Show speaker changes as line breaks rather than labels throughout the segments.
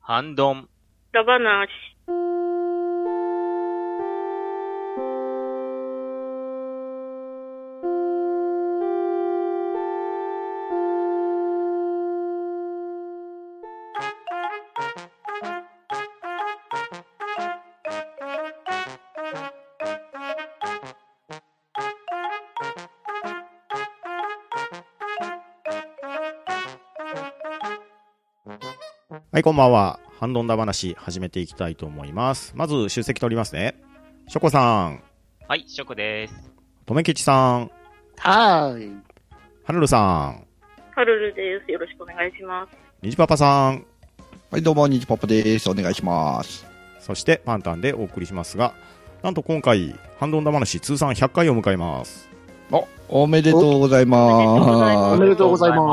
ハンドン。
ラバナシ。
はい、こんばんは。ハンドンダ話、始めていきたいと思います。まず、出席取りますね。ショコさん、
はい、ショコ です。
とめきちさん、
はーい。
はるるさん、
ハルルです。よろしくお願いします。
にじパパさん、
はい、どうも、にじパパです。お願いします。
そしてパンタンでお送りしますが、なんと今回、ハンドンダ話通算100回を迎えます。
お、おめでとうござい
お
ま
お
す
め。でとうございます。
は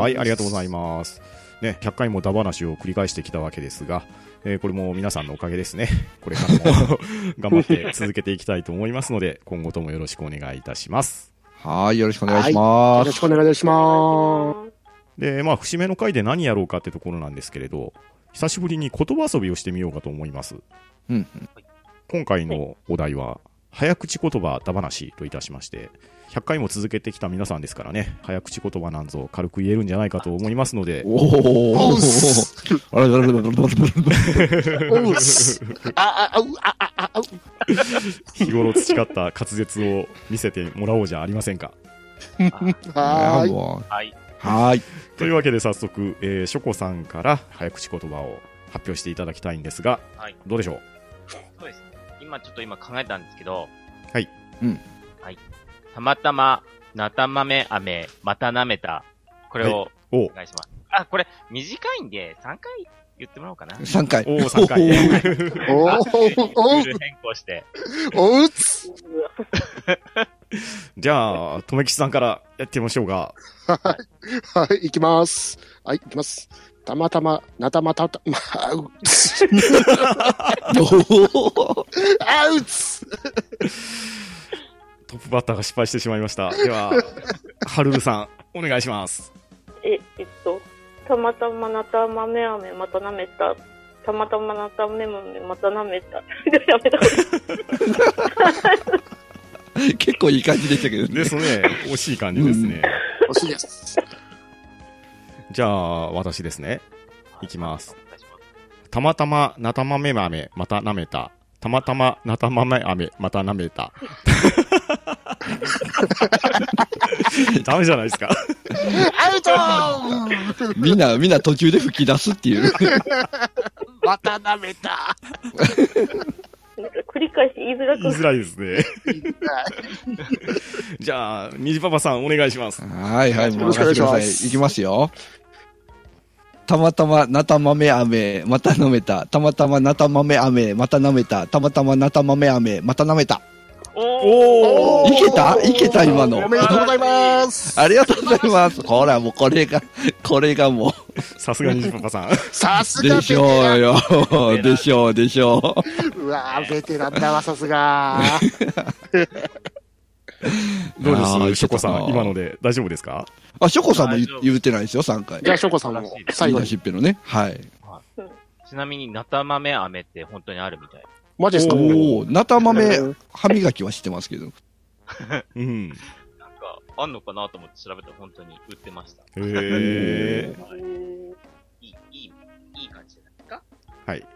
はい、ありがとうございます。ね、100回もダ話を繰り返してきたわけですが、えーこれも皆さんのおかげですね。これからも 頑張って続けていきたいと思いますので、今後ともよろしくお願いいたします。
はい、よろしくお願いし
よ
ま
ろ
す
し。くお願いしま
で、まあ、節目の回で何やろうかってところなんですけれど、久しぶりに言葉遊びをしてみようかと思います。
うん
今回のお題は、早口言葉だ話といたしまして、100回も続けてきた皆さんですからね、早口言葉なんぞ軽く言えるんじゃないかと思いますので、
おお。あららららららら
す。うんすあ、あ、あ、うあ、あ、あ、あ、う
日頃培った滑舌を見せてもらおうじゃありませんか。
はーい。
はい。
はい。
というわけで早速、えー、ショコさんから早口言葉を発表していただきたいんですが、
はい
どうでしょう
そうです。今、ちょっと今考えたんですけど。
はい。
うん。
はい。たまたま、なたまめ飴、またなめた。これを
お
お願いします。あ、これ、短いんで、3回言ってもらおうか な。
3回。
おー、3回。
お
あ
ーお
ルー
ー
ル変更して。
おうつ
うわ
じゃあ、とめきちさんからやってみましょうか。
はい、行きます。はい、行きます。たまたま、なたまたた、まあ、うつ
お
あ、うつ
トップバッターが失敗してしまいました。で は、はるるさん、お願いします。
え、えっと、たまたまなたまめあめまたなめた。たまたまなためまめまたなめた。 やめた。
ー結構いい感じでしたけど
で
ね。
すね。惜しい感じですね。
欲しいです。
じゃあ、私ですね。いきます
お願いします。
たまたま、なたまめまめ、またなめた。たまたま、なたまめあめ、またなめ た。ダメじゃないですか。
アウト
みんな、みんな途中で吹き出すっていう。
またなめた。
なんか繰り返し言いづらく
言い
な
づ
る。
らいですね。じゃあ、にじパパさん、お願いします。
はいはい、
よろしくお願いします
任せてくださいいきますよ。たまたま、なたまめあめ、また舐めた。たまたま、なたまめあめ、また舐めた。たまたま、なたまめあめ、また舐めた。
お
いけたいけた今の
おめでとうございます。
ありがとうございます。ほら、もうこれが、これがも
さすがにじパパさん。
さす
う、
が
で
ベ
し
テ
ょ
ラ
う
ン。
よ。でしょう、でしょ
うわベテランだわ、さすが。
う。
どうで
あー
すショコさん、今。ので大丈夫ですか
あ、ショコさんも言
大丈夫
言ってないですよ、3回。
じゃあ、しょうこさんも最後に。
リーダーシップのね。はい。
ちなみに、なたまめ飴って本当にあるみたい。
マジですか
おお、なたまめ
うん、
歯磨きはしてますけど。
うん。
なんか、あんのかなと思って調べたら本当に売ってました。
へえ。
はいいい、いい、いい感じじゃないですか
はい。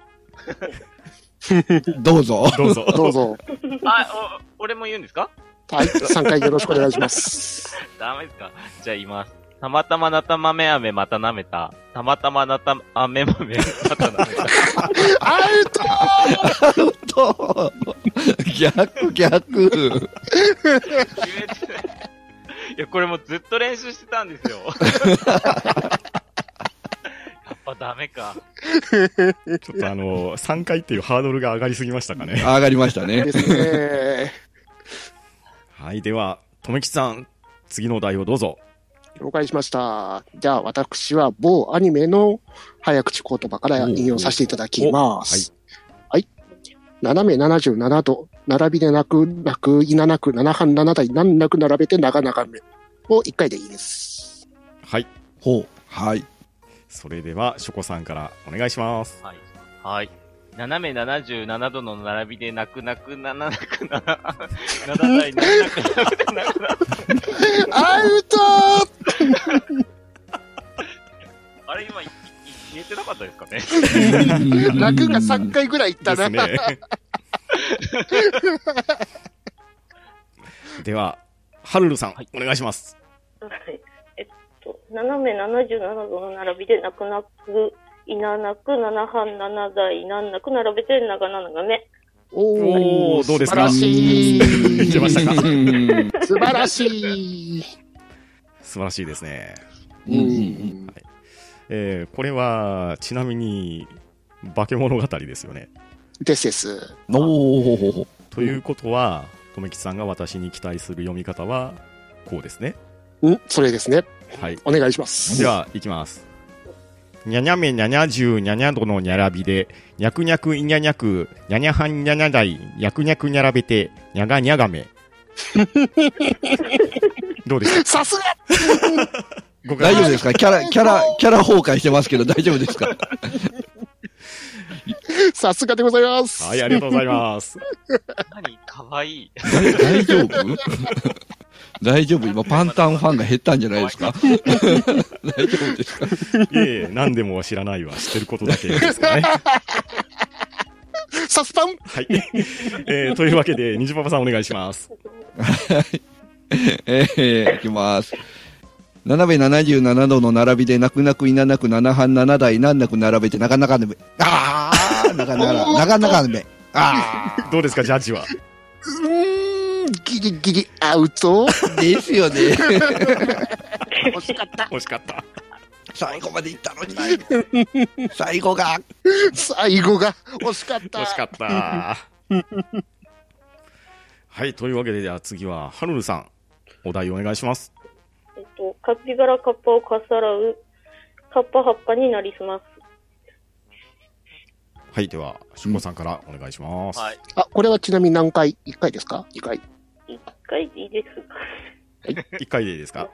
どうぞ。
どうぞ。
どうぞ。
あ、お、俺も言うんですか
はい、3回よろしくお願いします。
ダメですかじゃあ言います。たまたまなたまめ飴また舐めた。たまたまなたあめまめまた舐めた。
アウト
と、逆、逆。
言えてない。いや、これもうずっと練習してたんですよ。やっぱダメか。
ちょっとあの、3回っていうハードルが上がりすぎましたかね。
上がりましたね
で。すね。
はい、では、とめきちさん、次のお題をどうぞ。
了解しました。じゃあ、私は某アニメの早口言葉から引用させていただきます。はい。斜め77度、並びでなく、なく、いななく、七半七台、難なく並べて長々めを1回でいいです。
はい。
ほう。はい。
それでは、ショコさんからお願いします。
はい。はい。斜め77度の並びで泣く泣くなな泣くな、7対7泣く泣く泣くな。
アウト
あれ今、いい言えてなかったですかね
ー 楽が3回ぐらいいった
で
な。
すね。 では、ハルルさん、
はい
お願いします。
はい。えっと、斜め77度の並びで、泣く泣く、いななく、七半七台、なんなく並べて、長々がめ。
お
お
ー、
ーどうです
素晴ら
か
し
いけまし
い。
たか
うん
素晴らしい。
素晴らしいですね。
うんうん
えーこれは、ちなみに、化け物語ですよね。
ですです。
おーほほほ
ということは、とめきちさんが私に期待する読み方は、こうですね。
んそれですね。
はい。
お願いします。
では、いきます。にゃにゃめにゃにゃじゅうにゃにゃどのにゃらびで、にゃくにゃくいにゃにゃく、にゃにゃはんにゃにゃだい、にゃくにゃくにゃらべて、にゃがにゃがめ。どうでし
さすが
たご。
大丈夫ですすかキャラ、キャラ、キャラ崩壊してますけど大丈夫ですか
さすがでございます。
はい、ありがとうございます。
何かわいい。
大丈夫 大丈夫今パンタンファンが減ったんじゃない ですか大丈夫ですか
いえいえ、何でも知らないは知ってることだけですかね。
サスパン
はい。えーというわけで、にじパパさんお願いします。
えー、いきます。斜め77度の並びで、泣く泣くいななく7半7台、難なく並べて、なかなかねめ。ああなかな か、なかなかねめ。あ
どうですか、ジャッジは。
うーん、ギリギリアウト。
あですよ ね。
惜しかった。
惜しかった。
最後までいったのに。最後が。
最後が惜しかった。
惜しかった。 はい、というわけで、じゃあ次は、ハルルさん、お題お願いします。
えっと、カピバラカッパをかさらう、カッパ葉っぱになりすます。
はい、では、しゅんこさんからお願いします。
はい。
あ、これはちなみに何回 ?1 回ですか ?2 回。
一回でいいですか
一回でいいですか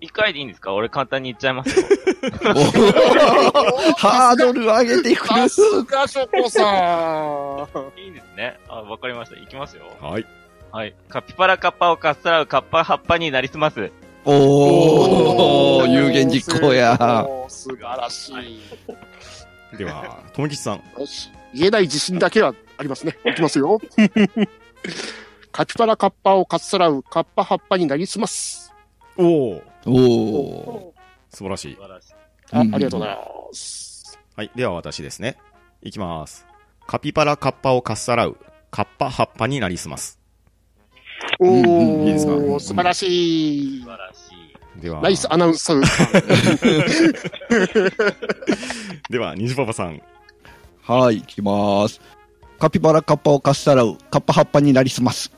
一回でいいんですか俺簡単に言っちゃいますよ。
おハードル上げてくる。
がショコさん。
いいんですね。あ、わかりました。いきますよ。
はい。
はい。カピバラカッパをかっさらうカッパ葉っぱになりすます。
おー、有言実行や。。
素晴らしい。
で は、とめきちさん。
よし。言えない自信だけはありますね。いきますよ。カピバラカッパをかっさらうカッパ葉っぱになりすます。
おお
おー。
素晴らしい
素。晴らしい。
あありがとうご
い
ざいます。
はい、では私ですね。いきます。カピバラカッパをかっさらう、カッパ葉っぱになりすます。
お
うん
ー、
いいですか
素晴らしい
素。晴らしい。
では、
ナイスアナウンサー。
では、にじパパさん。
ます。はい、いきます。カピバラカッパをかっさらう、カッパ葉っぱになりすます。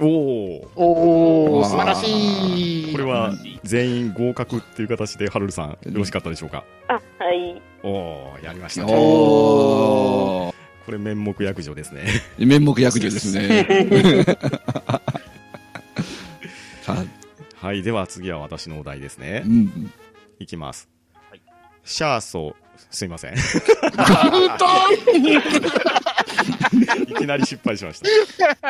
おお
おー、素晴らしい。
これは全員合格っていう形で、ハルルさん、よろしかったでしょうか。
あ、はい。
おおやりましたね。
おー。
これ面目役所ですね。
面目役女ですね。さあ、
はい、では次は私のお題ですね
う。ん。
いきます
はい。
シャーソー、すいま せん。
アウト
いきなり失敗しました。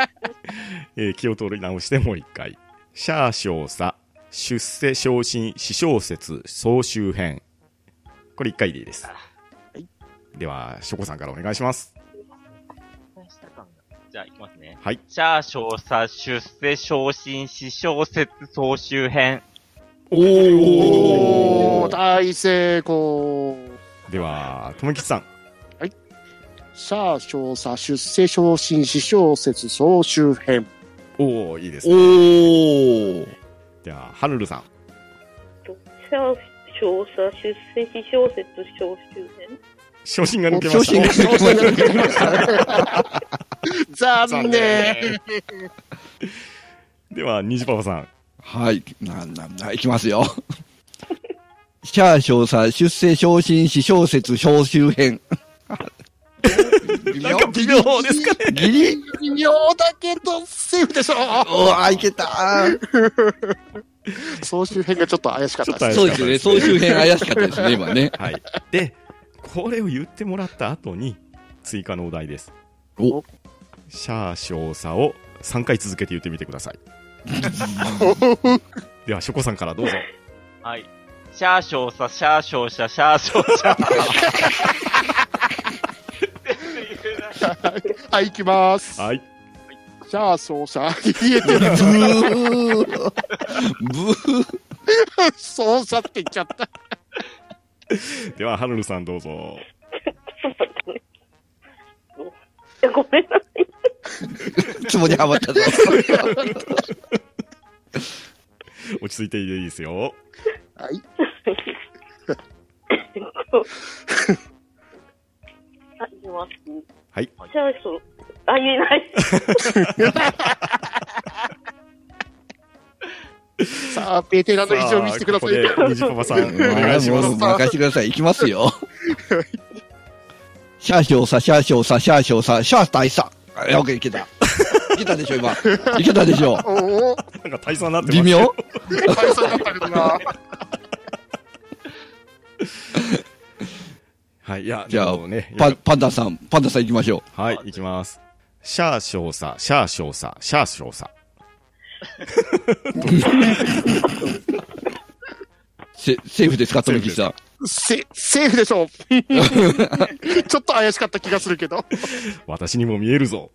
えー気を取り直してもう一回。シャー少佐、出世昇進、死小説、総集編。これ一回でいいです。では、ショコさんからお願いします。
じゃあ、いきますね。
はい。
シャー少佐出世昇進死小説総集編。
おー、大成功。
では、ともきちさん。
シャー少佐出世昇進史小説総集編。
おおいいですね。
おー。
では、ハルルさん。
シャー少佐出世史小説小集編。
昇進が抜けま
昇進が
し
抜けましたね
た。
残念。
では、にじパパさん。
はい、な、な、な、いきますよ。シャー少佐、出世昇進史小説小集編。微妙
微妙ですかね。
ギリ
微妙だけど、セーフでしょ
おー、あ、いけた。
総集編がちょっと怪しかったで
ち
す
ょ
ね。
っ
そうですよね。総集編怪しかったですね、今ね。
はい。で、これを言ってもらった後に、追加のお題です。
お
シャーショーサを3回続けて言ってみてください。 では、ショコさんからどうぞ。
はい。シャーショーさ、シャーショーシャ、シャーショーシ ャ。
はい、行きます。
はい。
じゃあ、そうさ、言えてる。
ブー。ブー。
そうさって言っちゃった。
では、ハルルさんどうぞ。
ちょっと待ってね。いや ごめんなさい。
つぼにはまったぞ。
落ち着いていいですよ。
はい。
あ、言います。
はい。
シャーショー、あ、言えない。
さあ、ベテランの意地を見せてください。
さあここで、ニジパ パさん、お願いします。
任せてください。行きますよ。シャーショーさ、シャーショーさ、シャーショーさ、シャー大佐。あ、オッケー、いけた。いけたでしょ、今。いけたでしょ。
おお、
なんか大佐になってます
微妙
解散だったけどな。
はい。いや、
じゃあ
でもね、
パンパンダさん、パンダさん行きましょ
はい、いきます。シャーショーサ、シャーショーサ、シャーショーサ。
う。セセーフですか、富木さん。
せ、セーフで しょう。ちょっと怪しかった気がするけど。
私にも見えるぞ。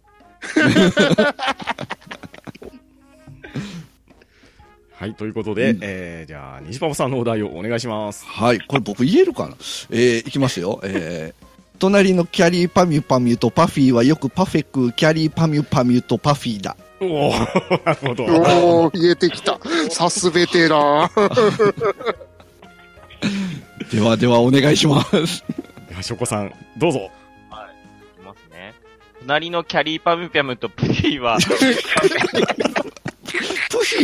はい、ということで、
うん
えー、じゃあ、西パパさんのお題をお願いします。
はい、これ僕言えるかなえー、いきますよ。えー、隣のキャリーパミュパミュとパフィーはよくパフェク、キャリーパミュパミュとパフィーだ。
おおなるほど。
おお、言えてきた。さすベテラン。
ではではお願いします。
では、しょこさん、どうぞ。
いきますね。隣のキャリーパムピャムとプリーは、
プフィ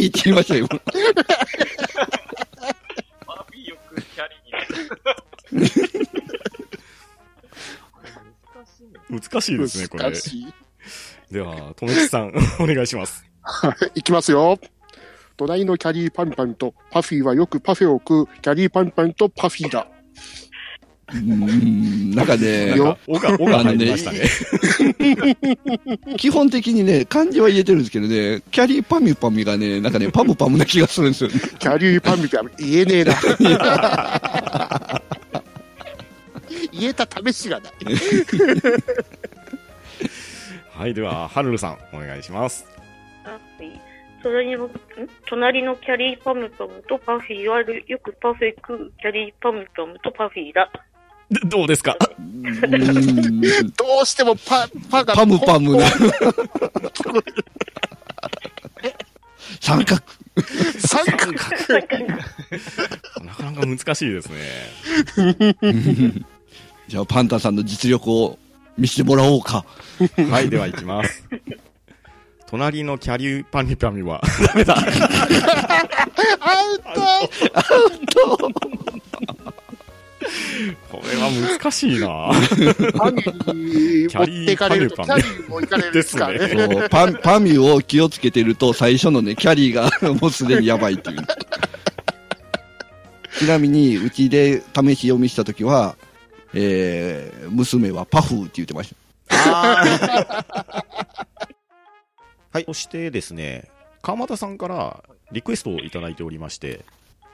ーって言いましたよ。
パピーよくキャリーにな
難しいですね、これ
難。しい。
では、とめきさん、 お願いします。
いきますよ。隣のキャリーパンパンとパフィーはよくパフェを食うキャリーパンパンとパフィーだ。
うーん、なんかね、
よ
おが、おが入りましたね。
基本的にね、漢字は言えてるんですけどね、キャリーパミュパミュがね、なんか ね、パムパムな気がするんですよね。
キャリーパンみたいな言えねえな。 言えた試しがない。
はい、では、はるるさん、お願いします。
あはい隣のん隣のキャリーパムパムとパフィーはよくパフェ食うキャリーパムパムとパフィーだ。
でどうですか
うーん
どうしてもパ、パが。
パムパ ムな。三角。
三角。
なかなか難しいですね。
じゃあパンタさんの実力を見せてもらおうか。
はい、では行きます。隣のキャリーパミュパミュは、ダメだ。
アウト
これは難しいな
パミに持っていかれると、
キ
キ
ャ
ャ
リ
リーもいかれるんですか
です
ね。
そうパンパミュを気をつけてると、最初のね、キャリーが もうすでにやばいっていう。ちなみに、うちで試し読みしたときは、えー、娘はパフーって言ってました。
はい、そしてですね、川又さんからリクエストをいただいておりまして、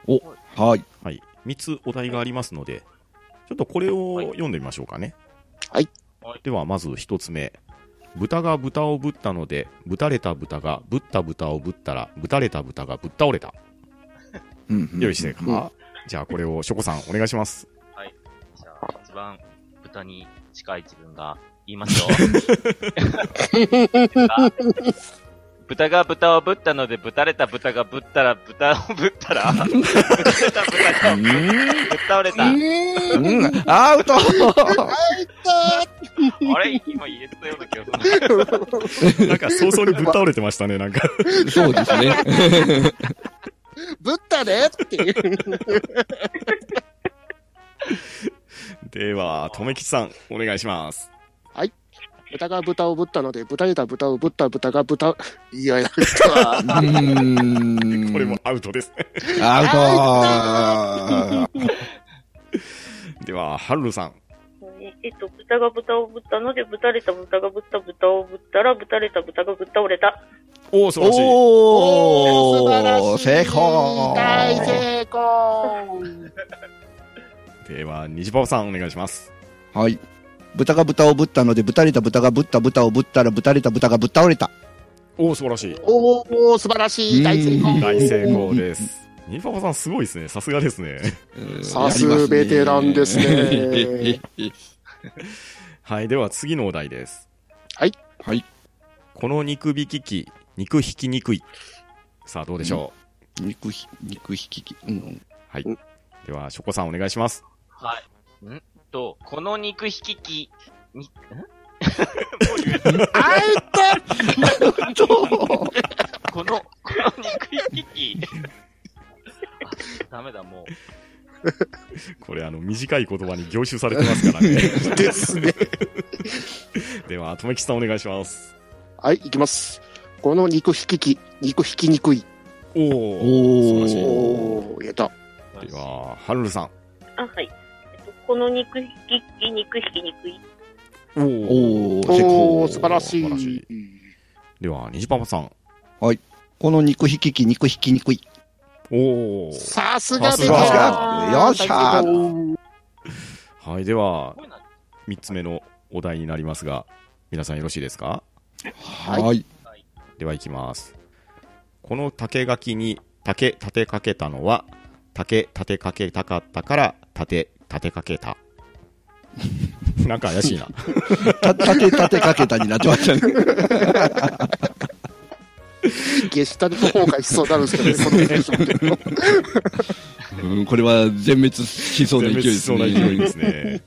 はい。
はい、3つお題がありますので、ちょっとこれを読んでみましょうかね。
はい。
では、まず1つ目。豚が豚をぶったので、ぶたれた豚がぶった豚をぶったら、ぶたれた豚がぶっ倒れた。
うんうん
よろしいですか、じゃあ、これをしょこさん、お願いします。
じゃあ、一番豚に近い自分が言いますよ。 豚が豚をぶったので、ぶたれた豚がぶったら、豚をぶったら、ぶたれた豚がぶっ倒れた。あ
うんアウト
れ今言えたような気がする。
なんか、早々にぶっ倒れてましたね、なんか。
そうですね。
ぶったねっていう。
では、とめきちさん、お願いします。
豚が豚をぶったので、豚れた豚をぶった豚が豚、いや、やった
うーん。
これもアウトですね。
アウト
では、ハルルさん。
えっと、豚が豚をぶったので、豚れた豚がぶった豚をぶったら、豚れた豚がぶった折れた。
おお、素晴らしい。
お
素晴らし
ー
い
成功
大成功
では、虹パパさん、お願いします。
はい。豚が豚をぶったので、豚れた豚がぶった豚をぶったら、豚れた豚がぶった折れた。
おお、素晴らしい。
おお素晴らしい大成
う
功
ん
大成功です。虹パパさん、すごいですね。さすがですね。
さすがベテランですね。
はい、では、次のお題です。
はい。
この肉引き器、肉引きにくい。さあ、どうでしょ
肉ひ、肉引きき、うん。
う、では、ショコさん、お願いします。
はい。んと、この肉引き器、に、ん
あいったと
この、この肉引き器。あダメだ、もう。
これ、あの、短い言葉に凝集されてますからね。
ですね。
では、とめきさん、お願いします。
はい、いきます。この肉引き器、肉引きにくい。
お
お
お。素晴らしい
お。
おおやった。
では、ハルルさん。
あ、はい。えっと、この肉引きき、肉引きにくい。
お
おー成
お
功
お素晴らし
素晴らし
い。
では、虹パパさん。
この肉引きき、肉引きにくい。
おお。
さすが
さす
ベテ
が
ラ
よ
ン
っしゃー
はい、では、
こういうのは
三つ目のお題になりますが、皆さんよろしいですか
はい。
では、いきます。この竹垣に竹立てかけたのは、竹立てかけたかったから、竹立てかけた。 なんか怪しいな。
た、たてたてかけたになってましたね。
ゲシュタルト崩壊しそうになるんですけどね、この
うん、これは全滅しそうな勢いです
全滅しそうな勢い
ね。
ですね。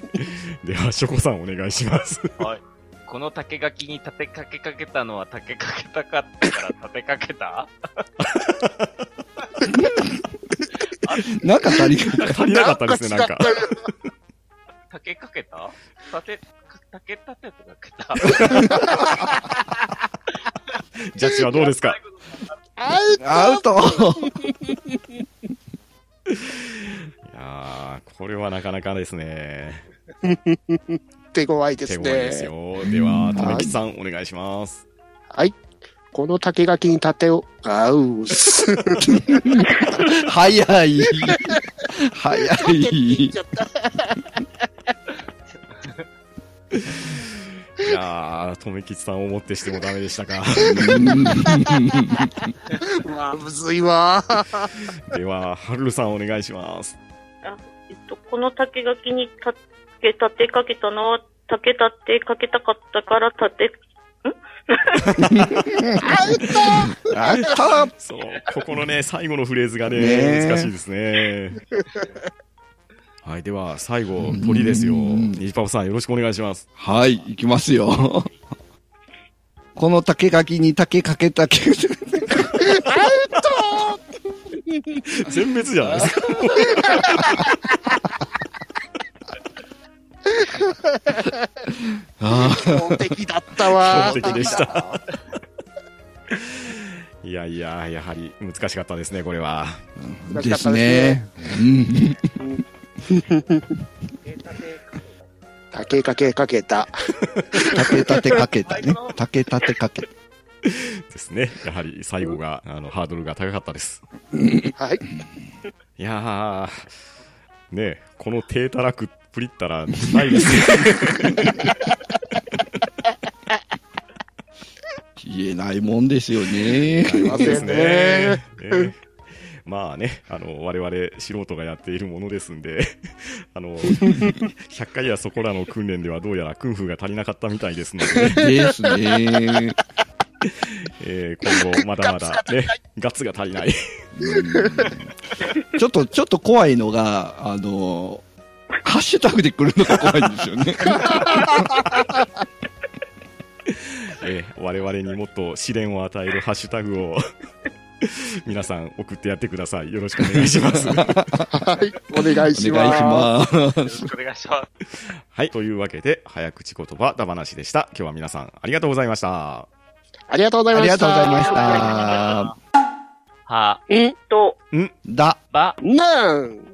では、ショコさんお願いします。
この竹垣に立てかけかけたのは竹かけたかったから立てかけた
なんか足りな
足りなかったですね、なんか。
竹かけた立て、か竹立てかけた
ジャッジはどうですか
アウト
いやー、これはなかなかですね。
手強いで
手
す
強い
ね。
ですよ。では、とめきさんお願いします。
はい。この竹垣に盾を、あうっす。
早い早い
いやー、とめきさんをもってしてもダメでしたか。
うわ、むずいわ。
では、はるるさんお願いします。
えっと、この竹垣に立て、立てかけたのは、竹立てかけたかったから立て、
アウト
そう、ここのね、最後のフレーズがね、
ねえ
難しいですね。はい、では、最後、鳥ですよ。
うん
にじぱぱさん、よろしくお願いします。
はい、いきますよ。この竹垣に竹かけたけ、
全滅じゃないですか。
あ
強敵だったわ。
完璧でした。いやいや、やはり難しかったですね、これは。
ーですね。うん
竹掛けかけた。
竹立てかけたね。竹立てかけた。
ですね。やはり最後が、あの、ハードルが高かったです。
はい。
いやー、ねえこの低たらくっぷりったらないですね。
言えないもんですよね。
いませんね
ねまあね、あの、我々素人がやっているものですんで、 あの、100回やそこらの訓練ではどうやら訓風が足りなかったみたいですので、
ですね。
えー今後まだまだね、ガッツが足りない。
うんちょっと、ちょっと怖いのが、あの、ハッシュタグで来るのが怖いんですよ ね。
えー我々にもっと試練を与えるハッシュタグを皆さん送ってやってください。よろしくお願いします。
はい、お願いし
お願いし
ます。
ま す。
よろしくお願いします。
はい。というわけで、早口言葉、だ話でした。今日は皆さん、ありがとうございました。
ありがとうござい
あ
ま
りが
し
とう
た。
ございまし
ま
た。
は、
んと、
だ。
ば、
した。なん